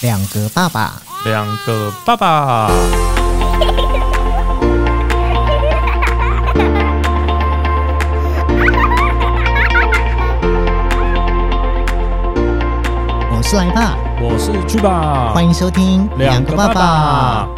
两个爸爸，两个爸爸。我是来爸，我是去吧，欢迎收听两个爸爸。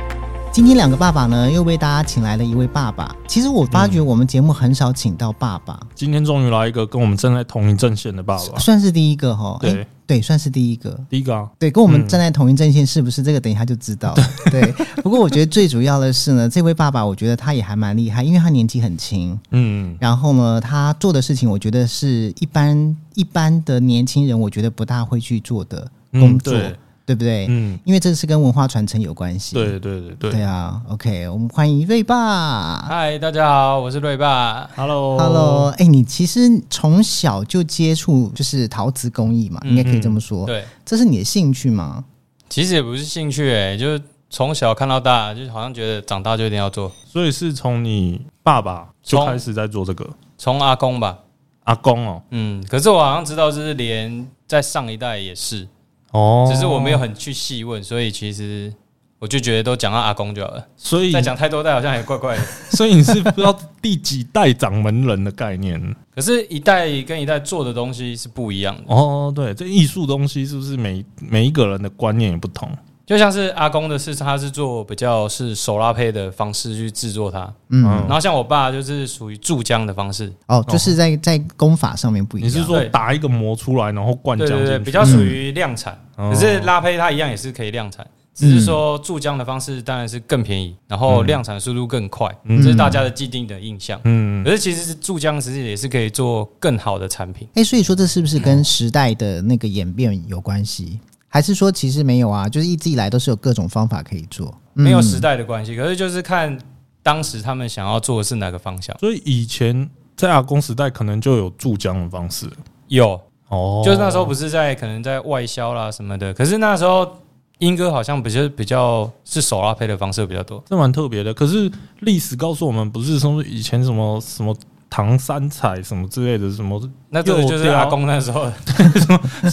今天两个爸爸呢，又为大家请来了一位爸爸。其实我发嗯觉我们节目很少请到爸爸，今天终于来一个跟我们站在同一阵线的爸爸，算是第一个哈。对诶对，算是第一个。第一个啊，对，跟我们嗯站在同一阵线是不是？这个等一下就知 道了。对，不过我觉得最主要的是呢， 这位爸爸我觉得他也还蛮厉害，因为他年纪很轻，嗯，然后呢，他做的事情我觉得是一般一般的年轻人我觉得不大会去做的工作，嗯对对不对？嗯，因为这是跟文化传承有关系。对对对对哎对啊，OK，我们欢迎瑞爸。嗨，大家好，我是瑞爸。 ，Hello Hello，哎、你其实从小就接触就是陶瓷工艺嗯嘛，应该可以这么说。对，这是你的兴趣吗？其实也不是兴趣、欸，就是从小看到大，就好像觉得长大就一定要做。所以是从你爸爸就从开始在做这个从阿公吧，阿公哦，嗯，可是我好像知道，就是连在上一代也是，哦，只是我没有，很去细问，所以其实我就觉得都讲到阿公 就好了，所以再讲太多代好像也怪怪的。所以你是不知道第几代掌门人的概念可是，一代跟一代做的东西是不一样的，哦，对，这艺术东西是不是每每一个人的观念也不同？就像是阿公的是，他是做比较是手拉胚的方式去制作它，嗯，嗯然后像我爸就是属于注浆的方式，哦，就是在在功法上面不一你样。是说对打一个模出来，然后灌对浆对进对，去比较属于量产，嗯可是拉胚它一样也是可以量产，只是说注浆的方式当然是更便宜，然后量产速度更快，这是大家的既定的印象。嗯，可是其实是注浆其实也是可以做更好的产品，哎、所以说这是不是跟时代的那个演变有关系？还是说其实没有啊？就是一直以来都是有各种方法可以做。嗯没 有时代的关系。可是就是看当时他们想要做的是哪个方向。所以以前在阿公时代可能就有注浆的方式有，哦，就是那时候不是在可能在外销啦什么的，可是那时候英哥好像比较比较是手拉胚的方式比较多。这蛮特别的。可是历史告诉我们，不是说以前什么什么唐三彩什么之类的，什 么那这个就是幼雕阿公那时候的什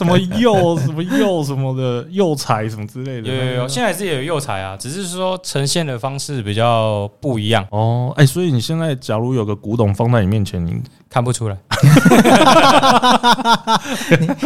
么釉什么釉什么的釉彩什么之类的，有有有，现在是有幼才啊，只是说呈现的方式比较不一样，哦，哎、所以你现在假如有个古董放在你面前，你看不出来。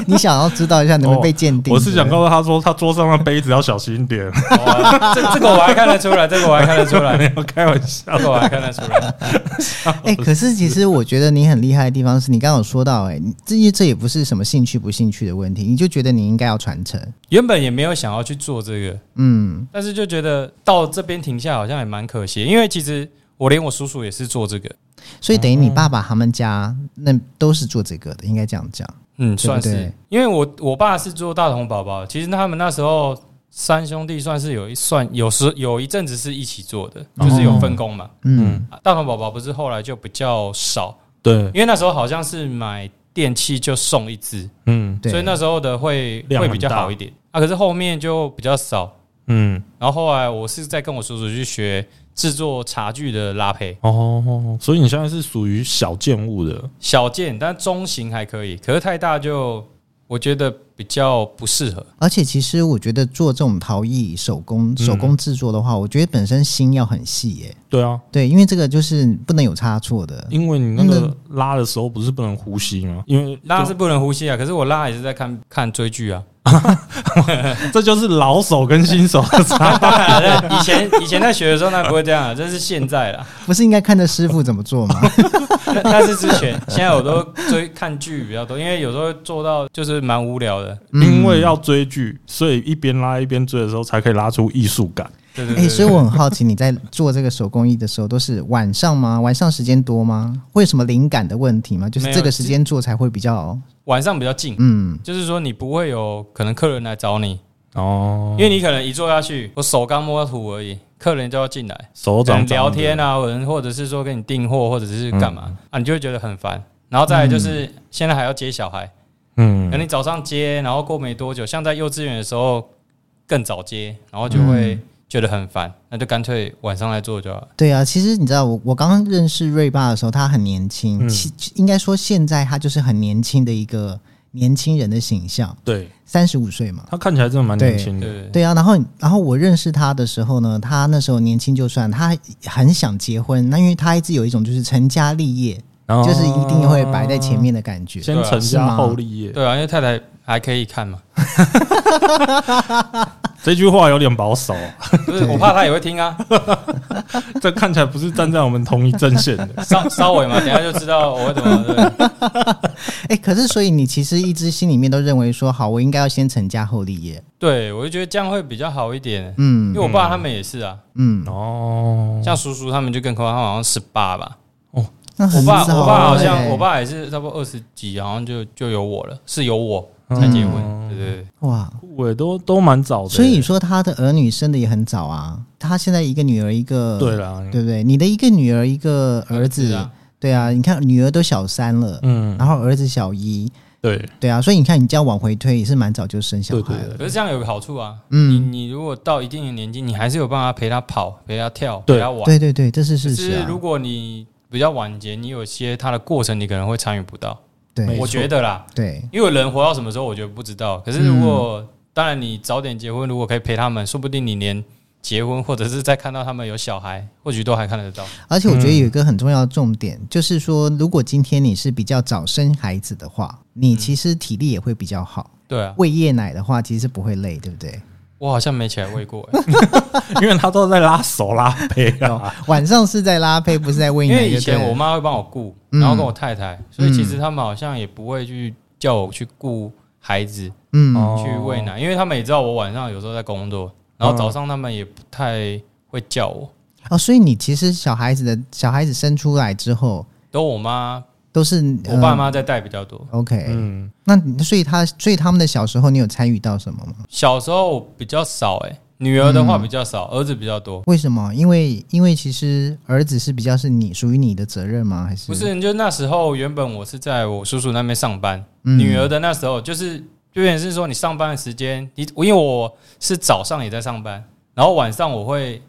你想要知道一下能不能被鉴定、哦我是想告诉他说，他桌上的杯子要小心一点， 哦这这个我还看得出来，这个我还看得出来，没有开玩笑这。个我还看得出来。 哎、可是其实我觉得你很厉害的地方是你刚刚有说到、哎，你这因为这也不是什么兴趣不兴趣的问题，你就觉得你应该要传承。原本也没有想要去做这个，嗯，但是就觉得到这边停下好像也蛮可惜，因为其实我连我叔叔也是做这个，所以等于嗯你爸爸他们家那都是做这个的，应该这样讲。对嗯，不算对是，因为我我爸是做大同宝宝，其实他们那时候三兄弟算是有一算有时有一阵子是一起做的，哦就是有分工嘛。嗯，啊大同宝宝不是后来就比较少。对，因为那时候好像是买电器就送一只，嗯对。所以那时候的会量会很比较好一点啊。可是后面就比较少。嗯，然后后来我是在跟我叔叔去学制作茶具的拉胚，哦，所以你现在是属于小建物的，小件但中型还可以，可是太大就我觉得比较不适合。而且其实我觉得做这种陶艺手嗯工手工制作的话，我觉得本身心要很细耶、对啊，对，因为这个就是不能有差错的。因为你那嗯个拉的时候不是不能呼吸吗？因为拉是不能呼吸啊，可是我拉也是在看看追剧 啊。这就是老手跟新手的差。以前以前在学的时候那不会这样啊，这是现在啦，不是应该看着师傅怎么做吗？那那是之前。现在我都追看剧比较多，因为有时候做到就是蛮无聊的。嗯因为要追剧，所以一边拉一边追的时候，才可以拉出艺术感。对对哎、对。所以我很好奇，你在做这个手工艺的时候，都是晚上吗？晚上时间多吗？会有什么灵感的问题吗？就是没这有个时间做才会比较，晚上比较近，嗯，就是说你不会有可能客人来找你，哦因，为你可能一坐下去，我手刚摸到土而已，客人就要进来，手可掌能掌的聊天啊，或者或者是说跟你订货，或者是干嗯嘛、啊，你就会觉得很烦。然后再来就是现在还要接小孩，可嗯，能你早上接，然后过没多久，像在幼稚园的时候更早接，然后就会嗯觉得很烦，那就干脆晚上来做就好了。对啊。其实你知道，我我刚刚认识瑞爸的时候，他很年轻，嗯其应该说现在他就是很年轻的一个年轻人的形象，对三十五岁嘛。他看起来真的蛮年轻的，对对啊，然后然后我认识他的时候呢，他那时候年轻就算，他很想结婚，那因为他一直有一种就是成家立业，然后就是哦一定会摆在前，面的感觉。先成是吗家后立业。对啊，因为太太还可以 看嘛，这句话有点保守 啊，就是我怕她也会听啊，这看起来不是站在我们同一阵线的。稍稍微嘛，等一下就知道我会怎么。对哎、可是所以你其实一直心里面都认为说，好，我应该要先成家后立业。对，我就觉得这样会比较好一点，因嗯为我爸他们也是啊，嗯，哦，像叔叔他们就更夸张，他好像十八吧，那我很爸早我爸好像欸我爸也是差不多二十几，好像就就有我了，是有我嗯才结婚，对对对。哇，我都都蛮早的，所以说他的儿女生的也很早啊。他现在一个女儿一个，对啦，对不对？你的一个女儿一个儿儿子，子啊对啊，你看女儿都小三了，嗯，然后儿子小一，对，对啊，所以你看你这样往回推也是蛮早就生小对孩对了。对可是这样有个好处啊，你嗯，你如果到一定的年纪，你还是有办法陪他跑、陪他跳、对陪他玩。对对对，这是只事实是啊。如果你比较晚结，你有些他的过程你可能会参与不到。没对错我觉得啦，对，因为人活到什么时候，我觉得不知道。可是如果、嗯当然你早点结婚，如果可以陪他们，说不定你连结婚或者是再看到他们有小孩，或许都还看得到。而且我觉得有一个很重要的重点，就是说，如果今天你是比较早生孩子的话，你其实体力也会比较好。对啊，喂夜奶的话，其实不会累，对不 对？我好像没起来 喂过、欸因为他都在拉手拉背啊，晚上是在拉胚，不是在喂因奶就对为了。以前我妈会帮我顾，嗯然后跟我太太，所以其实他们好像也不会去叫我去顾孩子。嗯、哦去喂奶，因为他们也知道我晚上有时候在工作，然后嗯早上他们也不太会叫我，哦，所以你其实小孩子的小孩子生出来之后，都我妈、都是我爸、妈在带比较多。呃 OK，、嗯，那你所以他所以他们的小时候，你有参与到什么吗？小时候比较少、欸，女儿的话嗯比较少，儿子比较多。为什么？因为因为其实儿子是比较是你属于你的责任吗？还是不是，就那时候原本我是在我叔叔那边上班，嗯女儿的那时候就是，就有点是说你上班的时间，你因为我是早上也在上班，然后晚上我会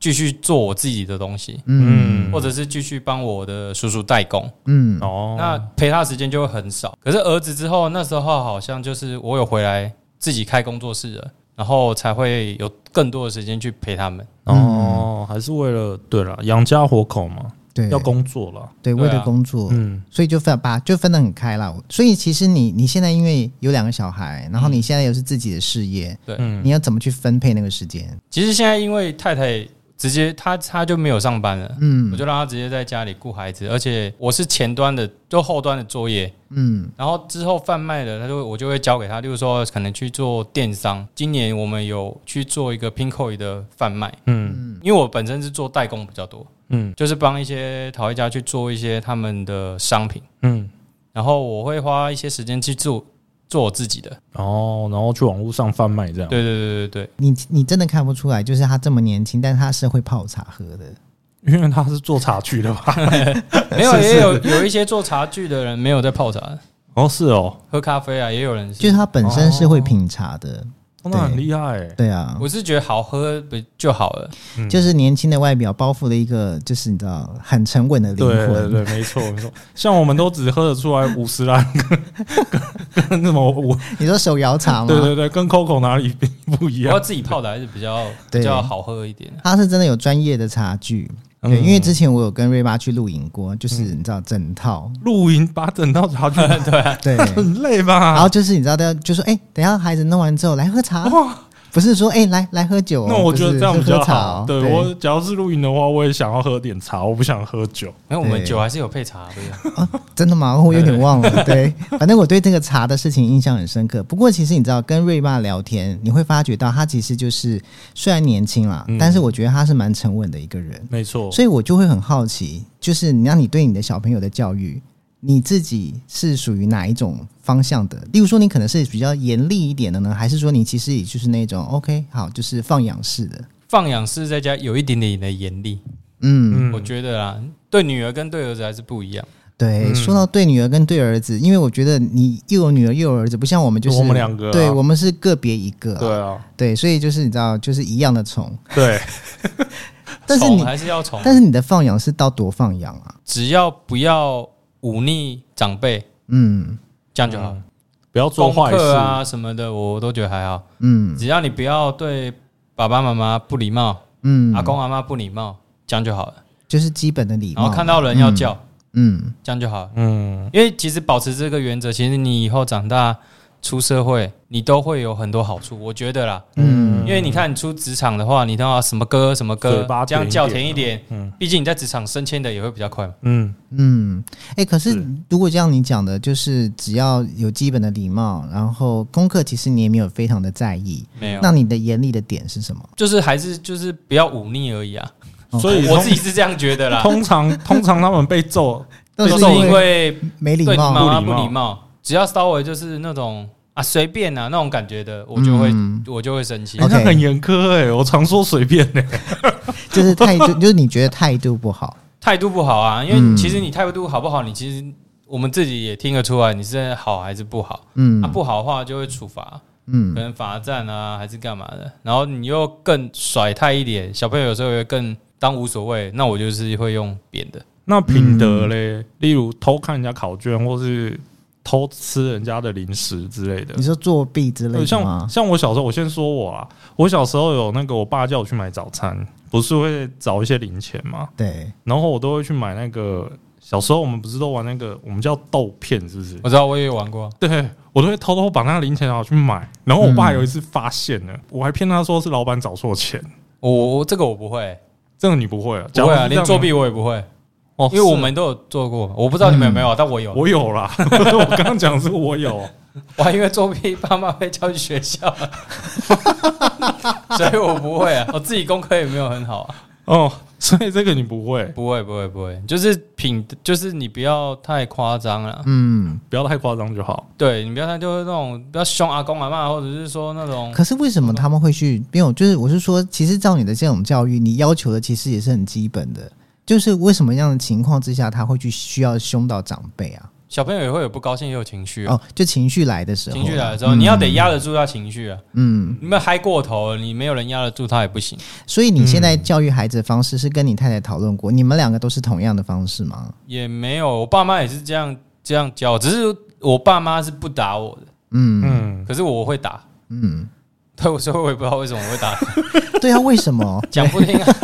继续做我自己的东西，嗯嗯或者是继续帮我的叔叔代工。嗯哦，那陪他时间就会很少。可是儿子之后，那时候好像就是我有回来自己开工作室了，然后才会有更多的时间去陪他们。嗯哦，还是为了对了养家活口嘛，对要工作了，对对啊为了工作，嗯，所以就分把就分得很开啦。所以其实你你现在因为有两个小孩，然后嗯你现在又是自己的事业，对你要怎么去分配那个时间？其实现在因为太太直接她她就没有上班了，嗯我就让她直接在家里顾孩子，而且我是前端的，就后端的作业，嗯然后之后贩卖的，他就我就会交给他，例如说可能去做电商。今年我们有去做一个 Pinko 的贩卖，嗯因为我本身是做代工比较多，嗯就是帮一些陶艺家去做一些他们的商品，嗯，然后我会花一些时间去做做我自己的。哦，然后去网络上贩卖这样， 对对对对对，你你真的看不出来，就是他这么年轻，但他是会泡茶喝的。因为他是做茶具的吧？没有也有有一些做茶具的人没有在泡茶， 哦，是哦，喝咖啡啊，也有人就是是。他本身是会品茶的，哦那很厉害欸，对啊，我是觉得好喝不就好了，嗯就是年轻的外表包覆了一个，就是你知道很沉稳的灵对魂。对对，没错没错，像我们都只喝得出来五十兰 跟跟那么五，你说手摇茶吗？对对对，跟 Coco 哪里不一不过样？自己泡的还是比较对比较好喝一点。他是真的有专业的茶具，嗯对，因为之前我有跟瑞巴去露营过，就是你知道整 套，露营把整套茶具 对，很累然吧后？就是你知道的，就说哎、等一下孩子弄完之后来喝茶，哇，不是说哎、来来喝酒哦，那我觉不得是这样是比较喝茶哦好。对我，假如是露营的话，我也想要喝点茶，我不想喝酒。没有，我们对酒还是有配茶的，真的吗？我有点忘了。 对，反正我对这个茶的事情印象很深刻。不过其实你知道，跟瑞爸聊天，你会发觉到他其实就是虽然年轻啦，嗯但是我觉得他是蛮沉稳的一个人。没错，所以我就会很好奇，就是你让你对你的小朋友的教育，你自己是属于哪一种方向的？例如说，你可能是比较严厉一点的呢，还是说你其实也就是那种 OK 好，就是放养式的？放养式在家有一点点的严厉，嗯，嗯我觉得啦，对女儿跟对儿子还是不一样。对。嗯说到对女儿跟对儿子，因为我觉得你又有女儿又有儿子，不像我们就是我们两个啊对我们是个别一个啊、对啊，对，所以就是你知道，就是一样的宠， 对，但是宠你还是要宠，但是你的放养是到多放养啊？只要不要忤逆长辈，嗯，这样就好。不要做坏功课事啊什么的，我都觉得还好。嗯只要你不要对爸爸妈妈不礼貌，嗯，阿公阿妈不礼貌，这样就好了。就是基本的礼然貌。后看到人要叫，嗯，这样就好了。嗯，因为其实保持这个原则，其实你以后长大出社会，你都会有很多好处。我觉得啦，嗯因为你看你出职场的话，你都要什么歌什么嘴歌巴，这样甜一叫点甜一点。嗯毕竟你在职场升迁的也会比较快嘛。嗯嗯，哎、可是是如果这样你讲的，就是只要有基本的礼貌，然后功课其实你也没有非常的在意，没有，那你的严厉的点是什么？就是还是就是不要忤逆而已啊。哦所以我通自己是这样觉得啦，通常 通常他们被揍，都就是是因为没礼对你妈貌，不妈礼不貌礼貌，只要稍微就是那种啊随便啊那种感觉的，我就会嗯我就会生气哎。 OK 那很严苛哎，我常说随便哎，就是态度，就是你觉得态度不好。态度不好啊，因嗯为其实你态度好不好，你其实我们自己也听得出来你是好还是不好。嗯、 啊，不好的话就会处罚，可嗯，能罚站啊还是干嘛的。然后你又更甩态一点，小朋友有时候也会更当无所谓。那我就是会用扁的，那品嗯德嘞，例如偷看人家考卷，或是偷吃人家的零食之类的你。说作弊之类对，的像吗？像我小时候，我先说我啊，我小时候有那个我爸叫我去买早餐，不是会找一些零钱嘛，对，然后我都会去买那个。小时候我们不是都玩那个，我们叫豆片，是不是？我知道我也有玩过，对我都会偷偷把那个零钱拿去买。然后我爸有一次发现了，我还骗他说是老板找错钱。我我这个我不会，这个你不会啊？不会假如啊，是这连样作弊我也不会，哦因为我们都有做过。我不知道你们有没嗯啊有，但我有。我有啦， 我刚刚讲的是我有。我还因为作弊，爸妈被叫去 学校，所以我不会啊，我自己功课也没有很好啊，哦，所以这个你不会，不会，不会，不会，就是品，就是你不要太夸张了，嗯。不要太夸张就好。对你不要太就是那种不要凶阿公阿妈，或者是说那种可是为什么他们会去？没有，就是我是说，其实照你的这种教育，你要求的其实也是很基本的。就是为什么样的情况之下，他会去需要凶到长辈啊？小朋友也会有不高兴，也有情绪、啊，哦，就情绪来的时候，情绪来的时候，你要得压得住他情绪啊，嗯，你们嗨过头，你没有人压得住他也不行。所以你现嗯在教育孩子的方式是跟你太太讨论过，你们两个都是同样的方式吗？也没有，我爸妈也是这样这样教，只是我爸妈是不打我的，嗯嗯，可是我会打。嗯， 对，所以我也不知道为什么我会打，？对啊，为什么 讲不听啊。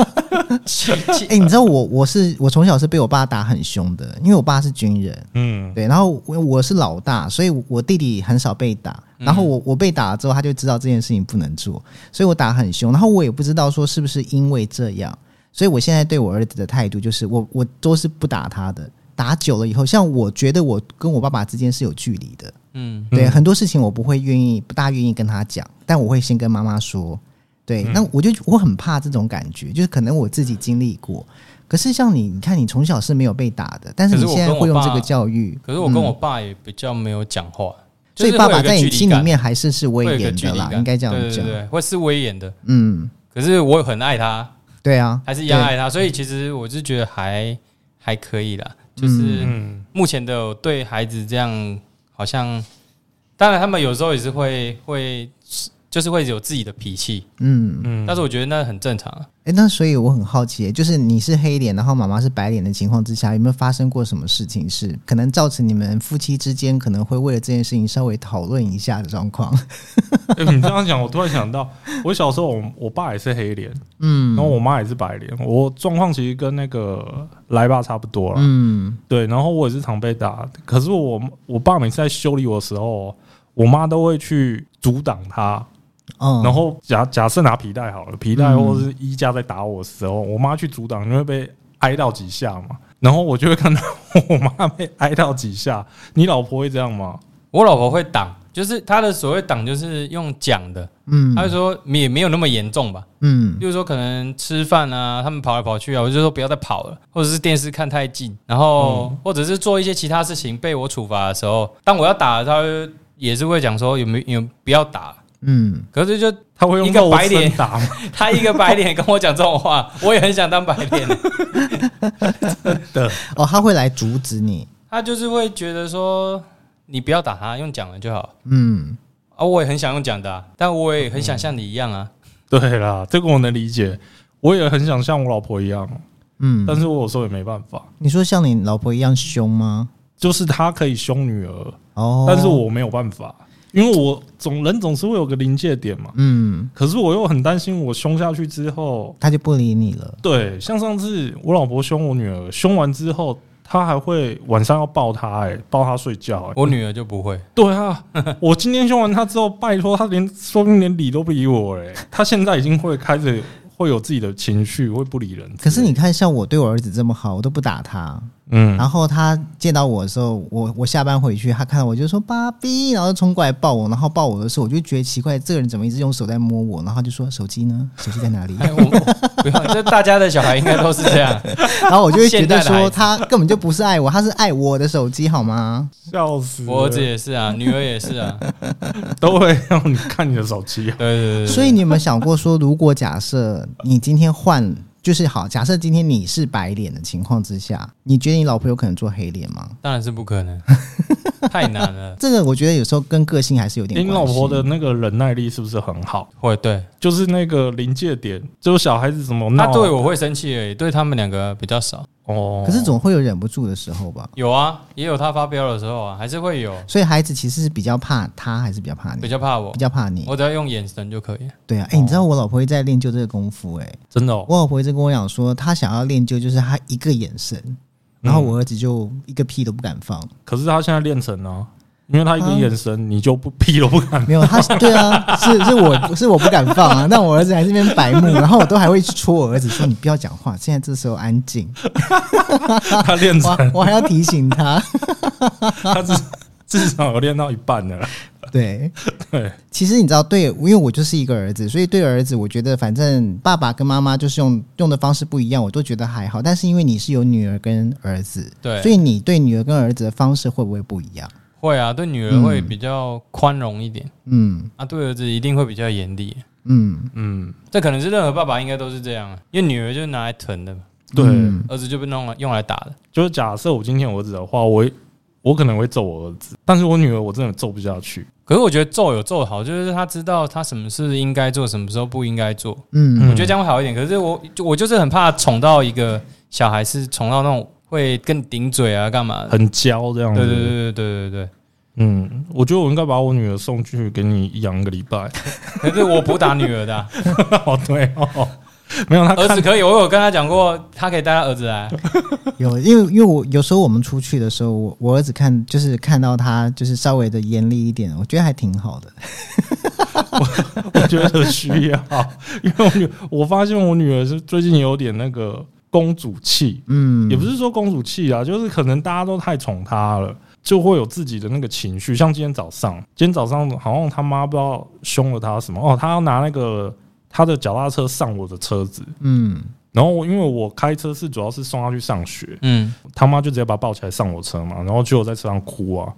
气气哎、你知道我我是我从小是被我爸打很凶的，因为我爸是军人，嗯，对，然后我我是老大，所以我弟弟很少被打。嗯然后我我被打了之后，他就知道这件事情不能做，所以我打很凶。然后我也不知道说是不是因为这样，所以我现在对我儿子的态度就是我我都是不打他的。打久了以后，像我觉得我跟我爸爸之间是有距离的，嗯，对，嗯很多事情我不会愿意，不大愿意跟他讲，但我会先跟妈妈说。对，嗯那我就我很怕这种感觉，就是可能我自己经历过。可是像你，你看你从小是没有被打的，但是你可是我现在跟我会用这爸个教育，可是我跟我嗯爸也比较没有讲话，所就是以会爸有爸一个在你距离心里感面还是是会有威一个严距的离啦，感应该这样对讲对。对，会是威严的。嗯，可是我很爱他，对啊，还是一样对爱他，所以其实我是觉得还还可以啦。就是嗯目前的我对孩子这样，好像当然他们有时候也是会会就是会有自己的脾气，嗯，嗯，但是我觉得那很正常啊。哎、那所以我很好奇，就是你是黑脸，然后妈妈是白脸的情况之下，有没有发生过什么事情是可能造成你们夫妻之间可能会为了这件事情稍微讨论一下的状况？ 哎你这样讲，我突然想到，我小时候我我爸也是黑脸，嗯然后我妈也是白脸，我状况其实跟那个来爸差不多了。嗯对，然后我也是常被打，可是我我爸每次在修理我的时候，我妈都会去阻挡他。嗯，然后假假设拿皮带好了，皮带嗯或者是衣架在打我的时候，我妈去阻挡，你会被挨到几下嘛？然后我就会看到我妈被挨到几下。你老婆会这样吗？我老婆会挡，就是她的所谓挡，就是用讲的，嗯，她就说也没有那么严重吧。嗯例如说，可能吃饭啊，他们跑来跑去啊，我就说不要再跑了，或者是电视看太近，然后、或者是做一些其他事情被我处罚的时候，当我要打，她也是会讲说有没有不要打。嗯，可是就她会用一个肉白脸身打吗？ 她一个白脸跟我讲这种话，我也很想当白 脸。哦，他会来阻止你，她就是会觉得说你不要打她，用讲的就好嗯啊。我也很想用讲的啊、但我也很想像你一样啊。对啦，这个我能理解，我也很想像我老婆一样，嗯。但是我有时候也没办法。你说像你老婆一样凶吗？就是他可以凶女儿，哦，但是我没有办法，因为我总人总是会有个临界点嘛。嗯，可是我又很担心，我凶下去之后，他就不理你了。对，像上次我老婆凶我女儿，凶完之后，她还会晚上要抱她，哎，抱她睡觉、哎，我女儿就不 会，对啊，我今天凶完她之后，拜托她连说不定连理都不理我、哎，她现在已经会开始会有自己的情绪，会不理人。可是你，看，像我对我儿子这么好，我都不打他。嗯，然后他见到我的时候，我我下班回去，他看到我就说“爸比”，然后冲过来抱我，然后抱我的时候，我就觉得奇怪，这个人怎么一直用手在摸我？然后他就说：“手机呢？手机在哪 里哎我我不要，这大家的小孩应该都是这样。？”然后我就会觉现代得的孩说，子他根本就不是爱我，他是爱我的手机，好吗？笑死了， 我儿子也是啊，女儿也是 啊，都会让你看你的手机、啊对。对对对。所以你有没有想过说，如果假设你今天换，就是好，假设今天你是白脸的情况之下，你觉得你老婆有可能做黑脸吗？当然是不可 能，太难了。这个我觉得有时候跟个性还是有点你关系。老婆的那个忍耐力是不是很好？会对就是那个临界点，就是小孩子怎么闹、啊他对我会生气而已，对他们两个比较少。哦，可是总会有忍不住的时候吧。有啊，也有他发飙的时候啊，还是会有，所以孩子其实是比较怕他，还是比较怕比你？较怕我 比。较怕你。我只哦要用眼神就可以。对啊，哎、你知道我老婆一直在练就这个功夫、哎，真的、哦，我老婆一直跟我讲说，她想要练就就是她一个眼嗯神，然后我儿子就一个屁都不敢放，可是他现在练成了、因为他一个眼神，你就不屁都不敢。 没有，他对啊，是 是我是我不敢放啊，但我儿子还是那边白目，然后我都还会去戳我儿子说你不要讲话，现在这时候安静，他练成，我我还要提醒他，他至至少有练到一半的了。 对。对，其实你知道，对，因为我就是一个儿子，所以对儿子，我觉得反正爸爸跟妈妈就是用用的方式不一样，我都觉得还好。但是因为你是有女儿跟儿子，对所以你对女儿跟儿子的方式会不会不一样？会啊，对女儿嗯会比较宽容一点，嗯啊，对儿子一定会比较严厉。嗯，嗯，这可能是任何爸爸应该都是这样啊，因为女儿就是拿来疼的嘛，对，嗯儿子就被弄来用来打的。就是假设我今天有儿子的话，我我可能会揍我儿子，但是我女儿我真的揍不下去。可是我觉得揍有揍好，就是他知道他什么事应该做，什么时候不应该做，嗯嗯我觉得这样会好一点。可是我就我就是很怕宠到一个小孩是宠到那种会更顶嘴啊，干嘛的？很娇这样子，对对对对对对对。嗯，我觉得我应该把我女儿送去给你养个礼拜。 可是我不打女儿的啊、哦，对哦，没有 他儿看子可以，我有跟他讲过，他可以带他儿子来。有，因为因为我有时候我们出去的时候，我我儿子看就是看到他就是稍微的严厉一点，我觉得还挺好的。我 觉得需要，因为我女，我发现我女儿是最近有点那个公主气，嗯，也不是说公主气啊，就是可能大家都太宠她了，就会有自己的那个情绪。像今天早上，今天早上好像她妈不知道凶了她什么哦，她要拿那个她的脚踏车上我的车子，嗯然后因为我开车是主要是送她去上学，嗯，他妈就直接把她抱起来上我车嘛，然后就我在车上哭啊，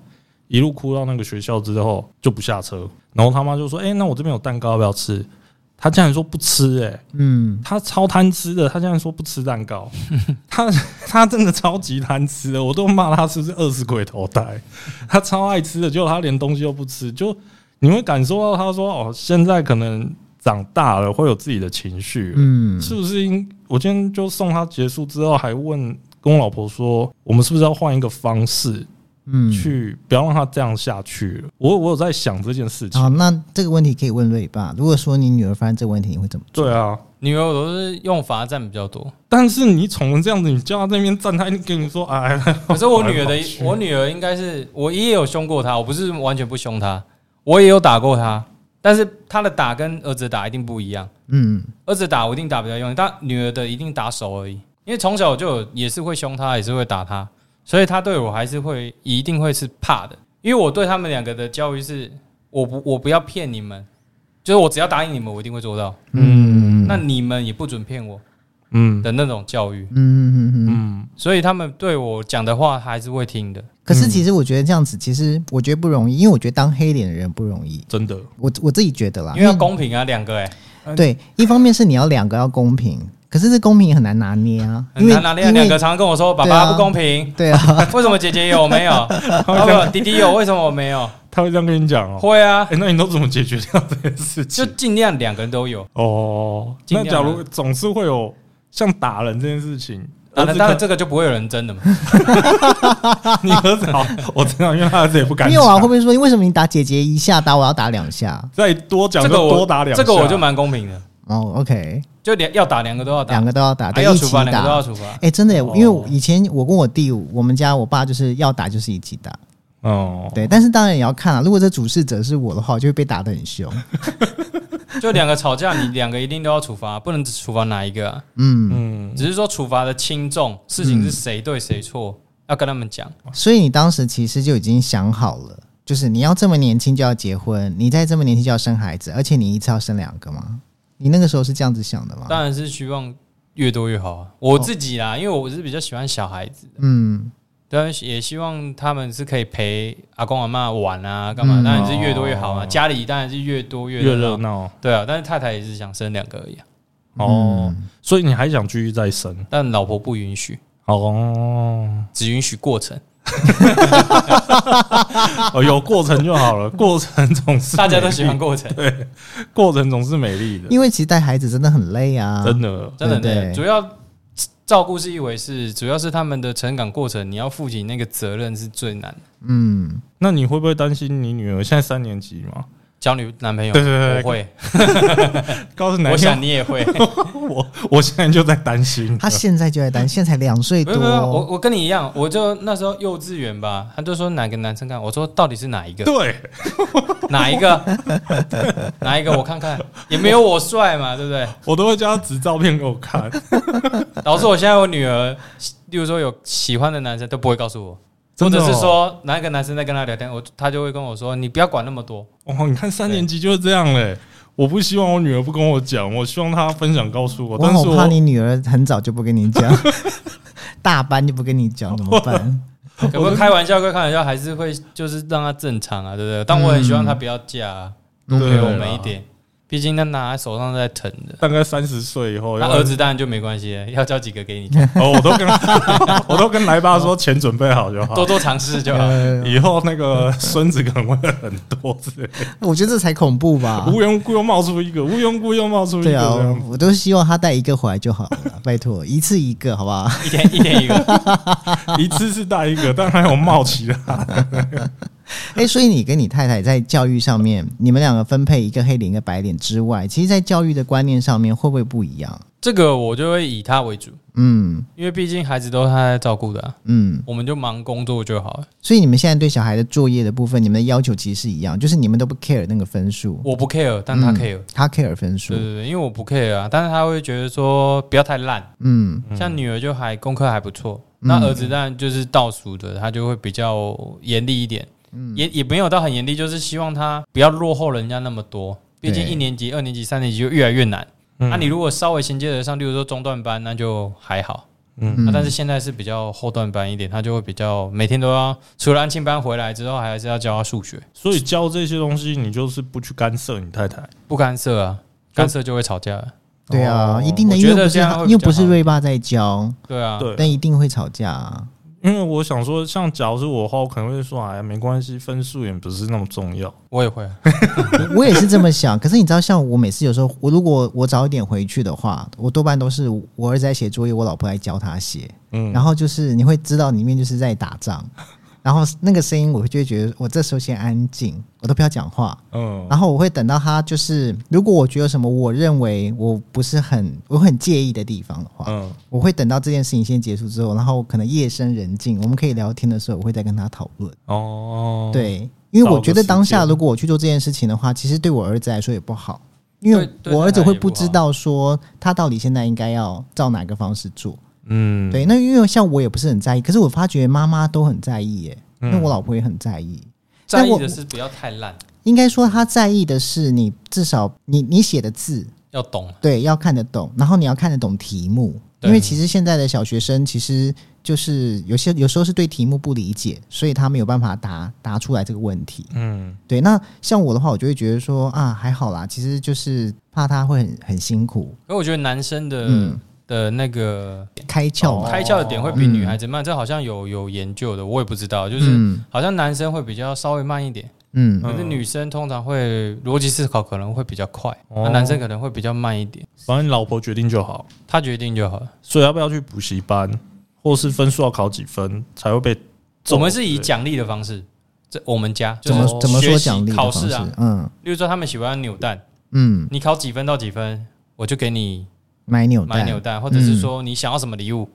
一路哭到那个学校之后就不下车，然后他妈就说：“哎、那我这边有蛋糕，要不要吃？”她竟然说不吃、哎，嗯，她超贪吃的，她竟然说不吃蛋糕， 她她真的超级贪吃的，我都骂她是不是饿死鬼投胎，她超爱吃的，结果她连东西都不吃，就你会感受到她说：“哦，现在可能长大了，会有自己的情绪了，嗯是不是应？我今天就送他结束之后，还问跟我老婆说，我们是不是要换一个方式嗯。去，不要让他这样下去了。我我有在想这件啊事情好，。那这个问题可以问瑞爸。如果说你女儿发现这个问题，你会怎么做？对啊，女儿我都是用罚站比较多，但是你宠成这样子，你叫他那边站，他一定跟你说：“ 哎， 可是我女儿的跑来跑，去我女儿应该是我也有凶过她，我不是完全不凶她，我也有打过她，但是她的打跟儿子的打一定不一样，嗯儿子打我一定打比较用力，但女儿的一定打手而已，因为从小就有也是会凶她，也是会打她，所以她对我还是会一定会是怕的，因为我对他们两个的教育是，我不我不要骗你们，就是我只要答应你们，我一定会做到，嗯那你们也不准骗我嗯的那种教育嗯，嗯嗯嗯。嗯，所以他们对我讲的话还是会听的。可是其实我觉得这样子，其实我觉得不容易，因为我觉得当黑脸的人不容易。真的，我我自己觉得啦，因为要公平啊，两个哎、对，一方面是你要两个要公平，可是这公平很难拿捏啊，很难拿因捏。为两因个为常常跟我说：“爸对爸啊不公平， 对啊，为什么姐姐有我 没有？啊不，弟弟有为什么我没有他会这样跟你讲？”哦。会啊，哎，那你都怎么解决掉这件事就情？尽量两个人都有。哦，尽那量啊假如总是会有像打人这件事情，啊儿那子当然可这个就不会有人争的嘛。 你儿子好，我知道，因为他儿子也不敢没讲。有啊，会不会说为什么你打姐姐一下，打我要打两下？再多讲这就个我多打两下，这个我就蛮公平的，哦，OK，就两要打两个都要打，两个都要打，啊对，要一处起罚两个都要打。处罚哎、。真的耶，哦因为我以前我跟我弟，我们家我爸就是要打就是一起打，哦，对。但是当然也要看啊，如果这主事者是我的话，我就会被打得很凶。就两个吵架，你两个一定都要处罚，不能只处罚哪一个啊。嗯，嗯，只是说处罚的轻重，事情是谁对谁嗯错，要跟他们讲。所以你当时其实就已经想好了，就是你要这么年轻就要结婚，你再这么年轻就要生孩子，而且你一次要生两个吗？你那个时候是这样子想的吗？当然是希望越多越好啊。哦我自己啦，因为我是比较喜欢小孩子，嗯，当然啊也希望他们是可以陪阿公阿妈玩啊，干嘛？嗯当然是越多越好嘛。哦家里当然是越多越越热闹。闹对啊，但是太太也是想生两个而已、啊，哦，嗯所以你还想继续再生但老婆不允许， 哦？只允许 过程。哦，有过程就好了，过程总是大家都美丽喜欢过程，过程总是美丽的，因为其实带孩子真的很累啊，真的。真的对对，对主要照顾是一回事，主要是他们的成长过程，你要负起那个责任是最难的。嗯，那你会不会担心你女儿现在三年级嘛？交女男朋友，对对对我会，告诉男我生想，你也会。 我我现在就在担心他现在就在担心，现在才两岁没多有没有，我我跟你一样，我就那时候幼稚园吧，他就说哪个男生看，我说到底是哪一个，对，哪一个，哪一个， 我看看，也没有我帅嘛，对不对？我都会叫她指照片给我 看。导致我现在我女儿，例如说有喜欢的男生都不会告诉我，真或的者哦是说哪一个男生在跟她聊天，我她就会跟我说，你不要管那么多，哦，你看三年级就是这样嘞、我不希望我女儿不跟我讲，我希望她分享告诉我。我但好是怕我你女儿很早就不跟你讲，大班就不跟你讲怎么办？有没有开玩笑归开玩笑，还是会就是让她正常啊，对不对？但我很希望她不要嫁、啊，多对陪我们啦一点，毕竟她拿在手上在疼的。大概三十岁以后，那要儿子当然就没关系了，要交几 个给你，哦，我都跟 我都跟来爸说钱准备好就好多，多尝试就好。 呃，以后那 个孙子可能会很多之类的，我觉得这才恐怖吧。无缘无故又冒出一个，无缘无故又冒出一个对这啊样，我都希望他带一个回来就好了 啦，拜托，一次一个，好不好？ 一天一天一个，一次是带一个，但还有冒其他。哎、所以你跟你太太在教育上面，你们两个分配一个黑脸一个白脸之外，其实，在教育的观念上面会不会不一样？这个我就会以他为主，嗯因为毕竟孩子都是他在照顾的啊、嗯，我们就忙工作就好了。所以你们现在对小孩的作业的部分，你们的要求其实是一样，就是你们都不 care 那个分数，我不 care，但嗯他 care，、他 care 分数对。对对，因为我不 care 啊，但是他会觉得说不要太烂，嗯像女儿就还功课还不错，那儿子当然就是倒数的，他就会比较严厉一点，嗯也也没有到很严厉，就是希望他不要落后人家那么多。毕竟对一年级、二年级、三年级就越来越难。那、嗯你如果稍微衔接得上，例如说中段班，那就还好。啊嗯，嗯那、但是现在是比较后段班一点，他就会比较每天都要，除了安庆班回来之后，还是要教他数学， 所以教这些东西，你就是不去干涉你太太。不干涉啊，干涉就会吵架了。对啊，哦一定的，我因觉为得不是这样他会比又较不是好瑞爸在教，对啊，对，但一定会吵架、啊。因为我想说，像假如是我的话，我可能会说，哎呀，没关系，分数也不是那么重要。我也会啊。 我也是这么想，可是你知道，像我每次有时候，我如果我早一点回去的话，我多半都是我儿子在写作业，我老婆来教他写，嗯，然后就是你会知道里面就是在打仗，然后那个声音我就会觉得我这时候先安静，我都不要讲话，嗯，然后我会等到他就是，如果我觉得有什么我认为我不是很我很介意的地方的话，嗯，我会等到这件事情先结束之后，然后可能夜深人静，我们可以聊天的时候，我会再跟他讨论。哦，，对，因为我觉得当找下个时间如果我去做这件事情的话，其实对我儿子来说也不好，因为对对我儿子他会也不不知道说他到底现在应该要照哪个方式做。嗯，对，那因为像我也不是很在意，可是我发觉妈妈都很在意耶，嗯那我老婆也很在意。在但我意的是不要太烂，应该说她在意的是你至少你你写的字，要懂啊。对，要看得懂，然后你要看得懂题目，对因为其实现在的小学生其实就是有些有时候是对题目不理解，所以他没有办法答答出来这个问题。嗯，对，那像我的话，我就会觉得说啊，还好啦，其实就是怕他会很很辛苦，因为我觉得男生的、嗯哦的那个开窍嘛，哦开窍的点会比女孩子慢，这好像有有研究的，我也不知道，就是嗯好像男生会比较稍微慢一点，嗯，可是女生通常会逻辑思考可能会比较快，哦那男生可能会比较慢一点，反正你老婆决定就好。他决定就好了。所以要不要去补习班？或是分数要考几分才会被揍。我们是以奖励的方式，这我们家就怎是么怎么学说习奖励的考方试式啊？，嗯例如说他们喜欢扭蛋，嗯，你考几分到几分，我就给你买扭买蛋，扭蛋，或者嗯是说你想要什么礼物。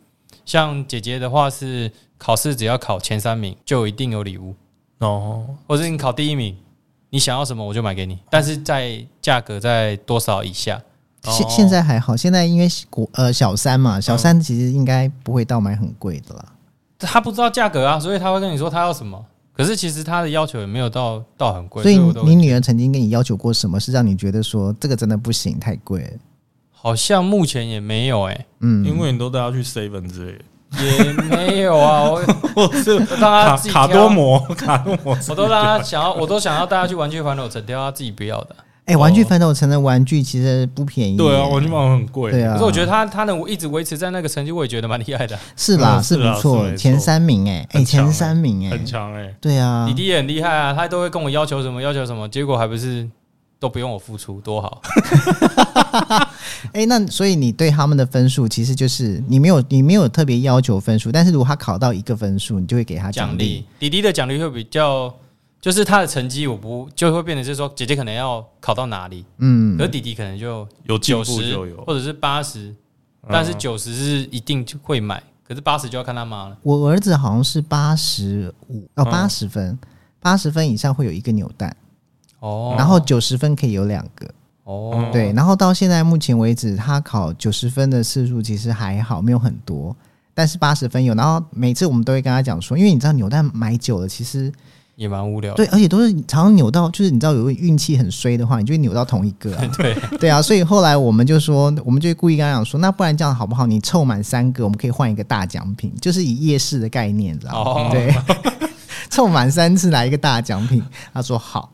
像姐姐的话是考试只要考前三名就一定有礼物，对哦，或者你考第一名，你想要什么我就买给你，但是在价格在多少以下？现哦现在还好，现在因为国呃小三嘛，嗯小三其实应该不会到买很贵的啦。他不知道价格啊，所以他会跟你说他要什么。可是其实他的要求也没有到到很贵，所以我都你女儿曾经跟你要求过什么，是让你觉得说这个真的不行，太贵了？好像目前也没有哎、嗯，因为你都带他去 seven 之类的，也没有啊， 我或是我让卡他嗯自己卡挑多摩，卡多摩我都让他想要，我都想要带他去玩具反斗城，挑他自己不要的。哎、玩哦具反斗城的玩具其实不便宜耶。对啊，玩具猫很贵。对啊，可是我觉得他他能一直维持在那个成绩，我也觉得蛮厉害的。啊是啦，嗯是啦不错，是没错前三名哎、哎、很强前欸三嗯名哎、很强哎，对啊弟，弟也很厉害啊，他都会跟我要求什么要求什么，结果还不是都不用我付出，多好。啊哎、那所以你对他们的分数其实就是你没有你没有特别要求分数，但是如果他考到一个分数，你就会给他奖奖励励。，弟弟的奖励会比较，就是他的成绩我不就会变成是说，姐姐可能要考到哪里，嗯可，是弟弟可能就有进九步十就有。或者是八十，嗯但是九十是一定就会买，可是八十就要看他妈了。我儿子好像是八十五哦，嗯。八十分，八十分以上会有一个扭蛋，哦，然后九十分可以有两个。哦，对，然后到现在目前为止，他考九十分的次数其实还好，没有很多，但是八十分有。然后每次我们都会跟他讲说，因为你知道扭蛋买久了，其实也蛮无聊的。。对，而且都是常常扭到，就是你知道有运气很衰的话，你就会扭到同一个、啊 对，对啊，所以后来我们就说，我们就故意跟他讲说，那不然这样好不好？你凑满三个，我们可以换一个大奖品，就是以夜市的概念，知道吗？哦对， 凑满三次来一个大奖品。他说好，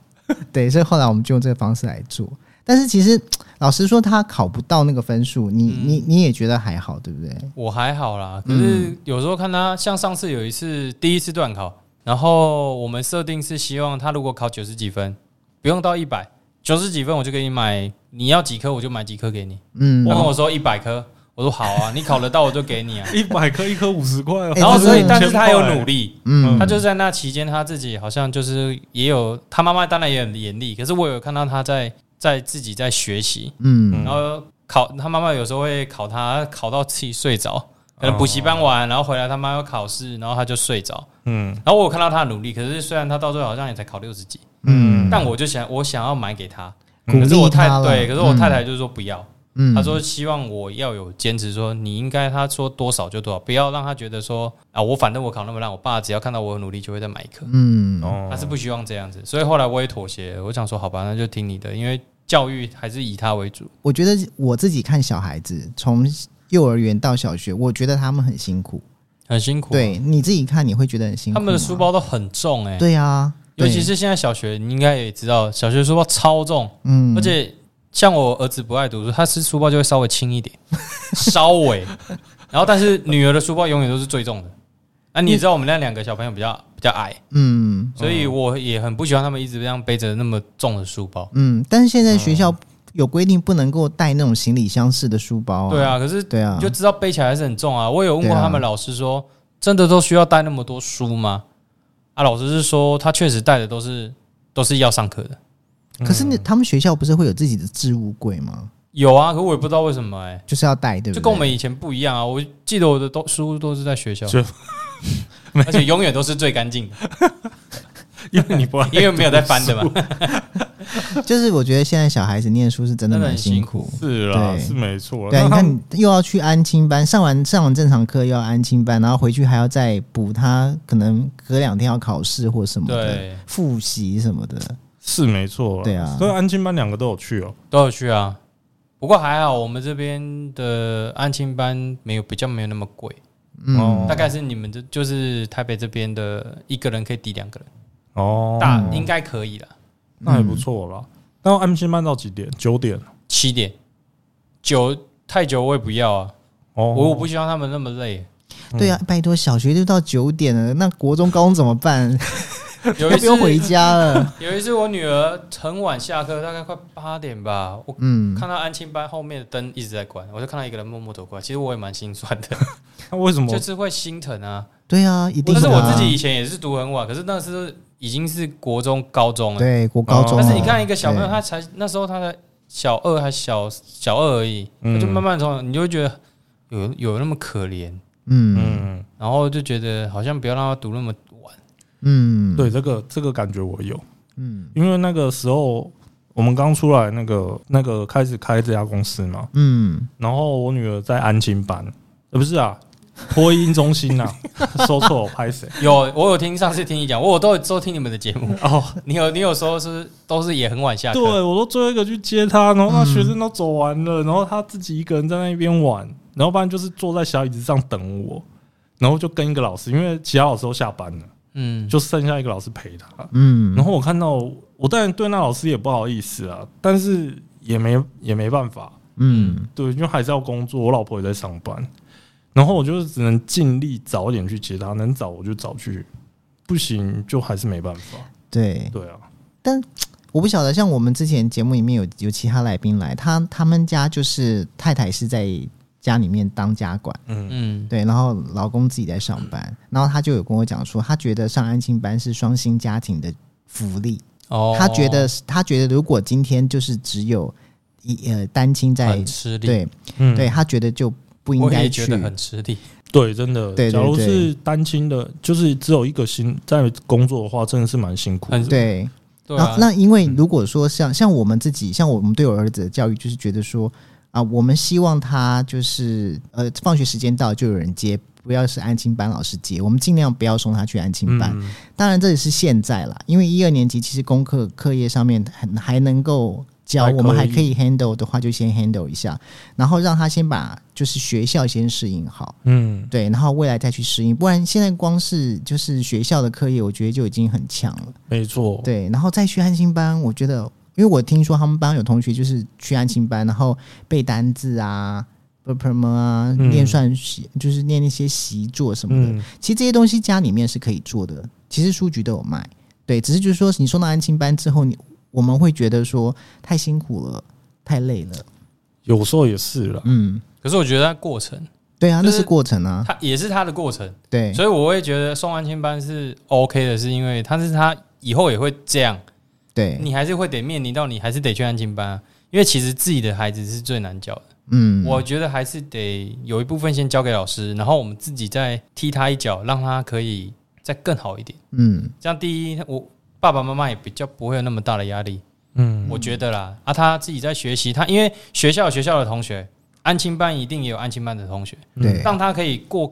对，所以后来我们就用这个方式来做。但是其实老实说，他考不到那个分数，你、嗯你你也觉得还好，对不对？我还好啦，嗯可是有时候看他，像上次有一次第一次段考，然后我们设定是希望他如果考九十几分，不用到一百，九十几分我就给你买，你要几颗我就买几颗给你。嗯他，跟我说一百颗，我说好啊，你考得到我就给你啊一百颗一颗五十块 哦，哎然后这所以是，但是他有努力，力，嗯他就是在那期间他自己好像就是也有，他妈妈当然也很严厉，可是我有看到他在在自己在学习，嗯嗯然后考他妈妈有时候会考他，考到自己睡着，可哦能补习班完，然后回来他妈要考试，然后他就睡着。嗯然后我有看到他的努力，可是虽然他到最后好像也才考六十几，嗯，但我就想我想要买给他，鼓可是我励太他了。对，可是我太太就说不要，嗯，嗯她说希望我要有坚持，说你应该他说多少就多少，不要让他觉得说啊我反正我考那么烂，我爸只要看到我有努力就会再买一颗，嗯，哦他啊是不希望这样子，所以后来我也妥协了，我想说好吧，那就听你的，因为教育还是以他为主。我觉得我自己看小孩子从幼儿园到小学，我觉得他们很辛苦。很辛苦啊、对，你自己看你会觉得很辛苦。他们的书，包都很重哎、对啊，尤对其是现在小学，你应该也知道，小学书包超重，嗯，而且像我儿子不爱读书，他是书包就会稍微 轻一点，稍微。然后，但是女儿的书包永远都是最重的。啊，你也知道我们那两个小朋友比较比较矮，嗯所以我也很不喜欢他们一直这样背着那么重的书包。嗯，但是现在学校有规定不能够带那种行李箱式的书包、对，啊，可是对啊你，就知道背起来还是很重啊。我有问过对啊他们老师说，真的都需要带那么多书吗？啊，老师是说他确实带的都是都是要上课的。可是你他们学校不是会有自己的置物柜吗？有啊，可我也不知道为什么哎、就是要带，对不对？就跟我们以前不一样啊！我记得我的都书都是在学校就， 而且永远都是最 干净的，因为你不爱 因为没有在翻的嘛。就是我觉得现在小孩子念书是真的真的蛮很辛苦。是啦，对是没错。对啊，那你他看们你又要去安亲班，上完上完正常课又要安亲班，然后回去还要再补他，可能隔两天要考试或什么的，对，复习什么的。是没错啦，对啊所以安亲班两个都有去哦。都有去啊。不过还好，我们这边的安亲班没有比较没有那么贵，嗯哦大概是你们这就是台北这边的一个人可以抵两个人，哦，大应该可以了，那还不错啦。嗯那安亲班到几点？九点七点九太久我也不要啊，哦。我我不希望 他们那么累。嗯对啊，拜托，小学就到九点了，那国中、高中怎么办？ 有要一不用回次，家 了。有一次我女儿很晚下课，大概快八点吧，我嗯，看到安亲班后面的灯一直在关，我就看到一个人默默走过来，其实我也蛮心酸 的，那为什么就是会心疼啊。对啊，一定但的是啊、我自己以前也是读很晚，可是那是已经是国中、高中了。对国高中、但是你看一个小朋友，对他才那时候他才小二还小小二而已，嗯他就慢慢从你就会觉得有有那么可怜，嗯嗯，然后就觉得好像不要让他读那么晚。嗯，对，这个这个感觉我有，嗯因为那个时候我们刚出来，那个那个开始开这家公司嘛，嗯，然后我女儿在安亲班，呃，不是啊，托婴中心啊， 说错我拍谁？有我有听上次听你讲，我都有都听你们的节目， 哦，你有你有时候是都是也很晚下对课，嗯我都最后一个去接她，然后那学生都走完了，然后她自己一个人在那边玩，然后不然就是坐在小椅子上等我，然后就跟一个老师，因为其他老师都下班了，嗯，就剩下一个老师陪她。嗯，哦然后我看到，我当然对那老师也不好意思啊，但是也没也没办法，嗯对，因为还是要工作，我老婆也在上班，然后我就是只能尽力早点去接她，能早我就早去，不行就还是没办法。对，对啊，我不晓得，像我们之前节目里面有有其他来宾来，他他们家就是太太是在家里面当家管，嗯，嗯，对，然后老公自己在上班，然后他就有跟我讲说，他觉得上安亲班是双薪家庭的福利，哦他觉得他觉得如果今天就是只有一呃单亲在很，吃力，对嗯对，他觉得就不应我该也去觉，得很吃力，对，真的，对对假如对是单亲的，就是只有一个薪在工作的话，真的是蛮辛苦的。很对，对然啊后，那因嗯为如果说像像我们自己，像我们对我儿子的教育，就是觉得说啊、我们希望他就是呃，放学时间到就有人接，不要是安亲班老师接，我们尽量不要送他去安亲班。嗯，当然这也是现在啦，因为一二年级其实功课课业上面还还能够教，还可以我们还可以 handle 的话，就先 handle 一下，然后让他先把就是学校先适应好。嗯，对，然后未来再去适应，不然现在光是就是学校的课业，我觉得就已经很强了。没错，对，然后再去安心班，我觉得，因为我听说他们班有同学就是去安心班，然后背单字啊、b p m 啊、嗯练算习，就是练那些习作什么的。嗯，其实这些东西家里面是可以做的，其实书局都有卖。对，只是就是说，你送到安心班之后，你我们会觉得说太辛苦了，太累了。有时候也是了。嗯，可是我觉得那过程，对啊，就那是是过程啊。它也是他的过程，对，所以我会觉得送安亲班是 OK 的，是因为他是他以后也会这样，对，你还是会得面临到，你还是得去安亲班、啊，因为其实自己的孩子是最难教的。嗯，我觉得还是得有一部分先交给老师，然后我们自己再踢他一脚，让他可以再更好一点。嗯这样第一，我爸爸妈妈也比较不会有那么大的压力，嗯，我觉得啦。啊，他自己在学习，他因为学校有学校的同学，安亲班一定也有安亲班的同学，啊对，让他可以过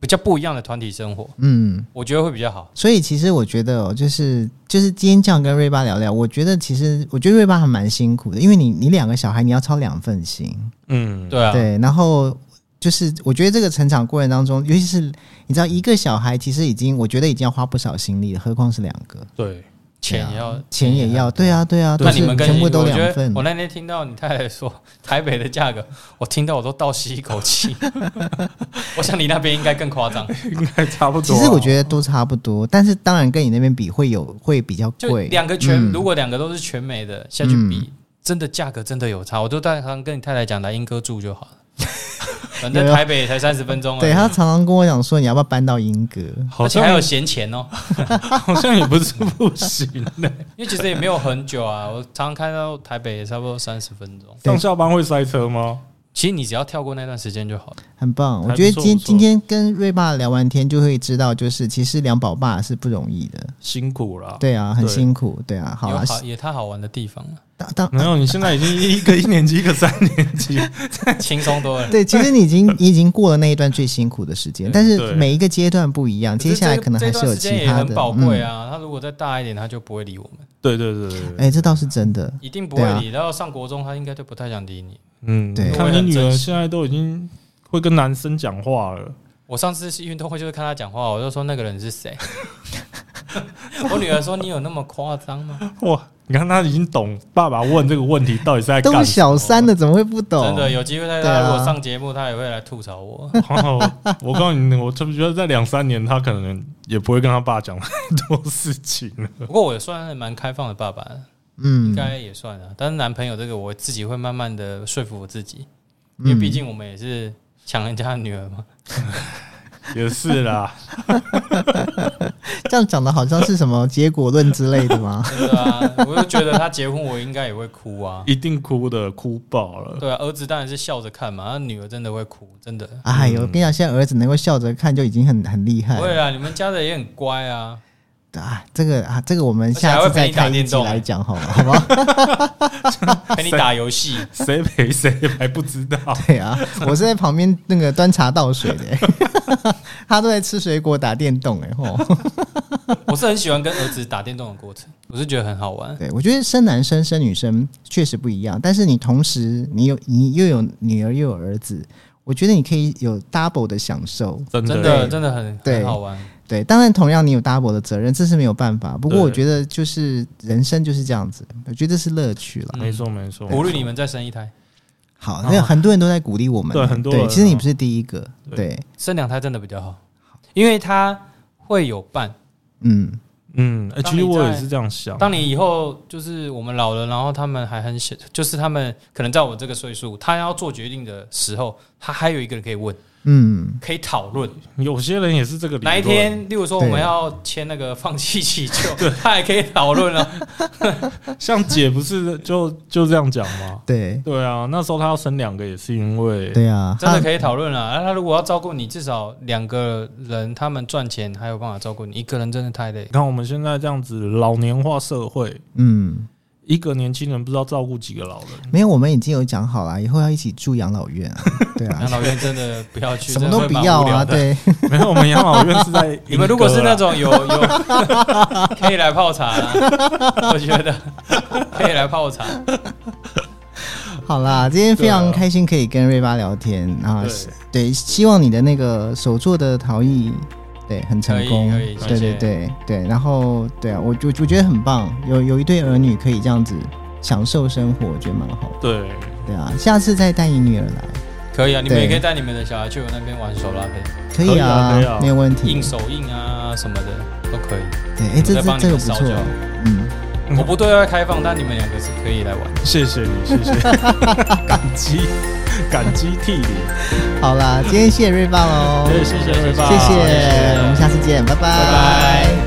比较不一样的团体生活，嗯。我觉得会比较好。所以其实我觉得、哦，就是就是今天这样跟瑞巴聊聊，我觉得其实我觉得瑞巴还蛮辛苦的，因为你你两个小孩你要操两份心，嗯，对啊，对，然后就是我觉得这个成长过程当中，尤其是你知道一个小孩其实已经我觉得已经要花不少心力了，何况是两个，对， 钱也要，啊钱也要，对啊对啊，哎那都你是们跟全部都我觉两得份我，那天听到你太太说台北的价格，我听到我都倒吸一口气。 我想你那边应该更夸张，应该差不其多啊。实我觉得都差不多，但是当然跟你那边比会有会比较就贵，两个全，嗯如果两个都是全美的下去比，真的价格真的有差。我都在常跟你太太讲，来英哥住就好了， 反正有有台北也才三十分钟而已对他常常跟我讲说你要不要搬到英格，好而且还有像闲钱哦， 好像也不是不 行的，因为其实也没有很久啊。我常常看到台北也差不多三十分钟，对上下班会塞车吗？其实你只要跳过那段时间就好了。很棒，还我觉得不错今不错今天跟瑞爸聊完天，就会知道，就是其实两宝爸是不容易的，辛苦了。对啊，很对辛苦，对啊，好有啊，好也太好玩的地方啊了，当当没有，你现在已经一个一年级，一个三年级， 轻松多了。对，其实你已 经你已经过了那一段最辛苦的时间，对但是对每一个阶段不一样，接下来可能还是有这段时其间也他很的，宝贵嗯，啊。他如果再大一点，他就不会理我们， 对对对对对，哎，这倒是真的，一定不对啊会理。然后上国中，他应该就不太想理你。嗯，对看你女儿现在都已经会跟男生讲话了，我上次去运动会就是看他讲 话，我就说那个人是谁。我女儿说：“你有那么夸张吗哇，你看他已经懂爸爸问这个问题到底是在干都什么是小三的，怎么会不懂？真的有机会他对啊他如果上节目，他也会来吐槽我。然后哦我告诉你，我真觉得在两三年，他可能也不会跟他爸讲太多事情 了。不过我也算是蛮开放的爸爸，应嗯，该也算啊。但是男朋友这个，我自己会慢慢的说服我自己，嗯因为毕竟我们也是抢人家的女儿嘛。也是啦，这样讲的好像是什么结果论之类的 吗？对啊，我就觉得他结婚，我应该也会 哭啊。一定哭的，哭爆了。对啊，儿子当然是笑着看嘛，那女儿真的会哭，真 的。哎呦，我跟你讲，现在儿子能够笑着看就已经很很厉害会了啊，你们家的嗯也很乖 啊。啊！这个啊，这个我们下而且还次会再陪你打开一电集动来讲好了，好不好？陪你打游戏，谁陪谁还不知道，对啊，我是在旁边那个端茶倒水的、 他都在吃水果打电动哎、吼！我是很喜欢跟儿子打电动的过程，我是觉得很好玩。对，我觉得生男生生女生确实不一样，但是你同时你有你又有女儿又有儿子，我觉得你可以有 double 的享受。真真的真的很嗯对很好玩，对，当然同样你有 double 的责任，这是没有办法。不过对我觉得就是人生就是这样子，我觉得这是乐趣了。没错没错。鼓励你们再生一胎，好，那很多人都在鼓励我们，欸对很多人其实你不是第一个，对对，生两胎真的比较好，因为他会有伴。嗯，嗯，哎、当其实你我在也是这样想。当你以后就是我们老了，然后他们还很小，就是他们可能在我这个岁数，他要做决定的时候，他还有一个人可以问，嗯，可以讨论。有些人也是这个理论哪一天，例如说我们对要签那个放弃 祈求，他还可以讨论啊。 像姐不是就就这样讲 吗？对，对啊，那时候她要生两个也是因为对啊，真的他可以讨论了。那他如果要照顾你，至少两个人他们赚钱还有办法照顾你，一个人真的 太累你。看我们现在这样子老年化社会，嗯，一个年轻人不知道照顾几个老 嗯人，没有，我们已经有讲好了，以后要一起住养老院啊，对养啊，老院真的不要去，什么都真不嗯的会蛮要无聊 啊，的。对，没有我们养老院是在英格兰 你们如果是那种 有有可以来泡茶啦，我觉得可以来泡茶。啊 好啦，今天非对常啊开心可以跟瑞巴聊天啊对，对，希望你的那个手做的陶艺。对，很成功可以，可对以谢对谢对对，然后对啊，我我我觉得很棒，有有一对儿女可以这样子享受生活，我觉得蛮好的，对，对啊，下次再带你女儿来，可以啊，你们对也可以带你们的小孩去我那边玩手拉胚，可以啊，可以啊可以啊没有问题印。手印啊什么的都可以。对，哎，这我再这帮你这个们不扫错就好，嗯，嗯我不对外开放，但你们两个是可以来玩。谢谢你，谢谢，感激感激涕 零，好啦，今天谢谢瑞爸喽，对，谢谢瑞爸，谢谢，我们下次见，拜拜拜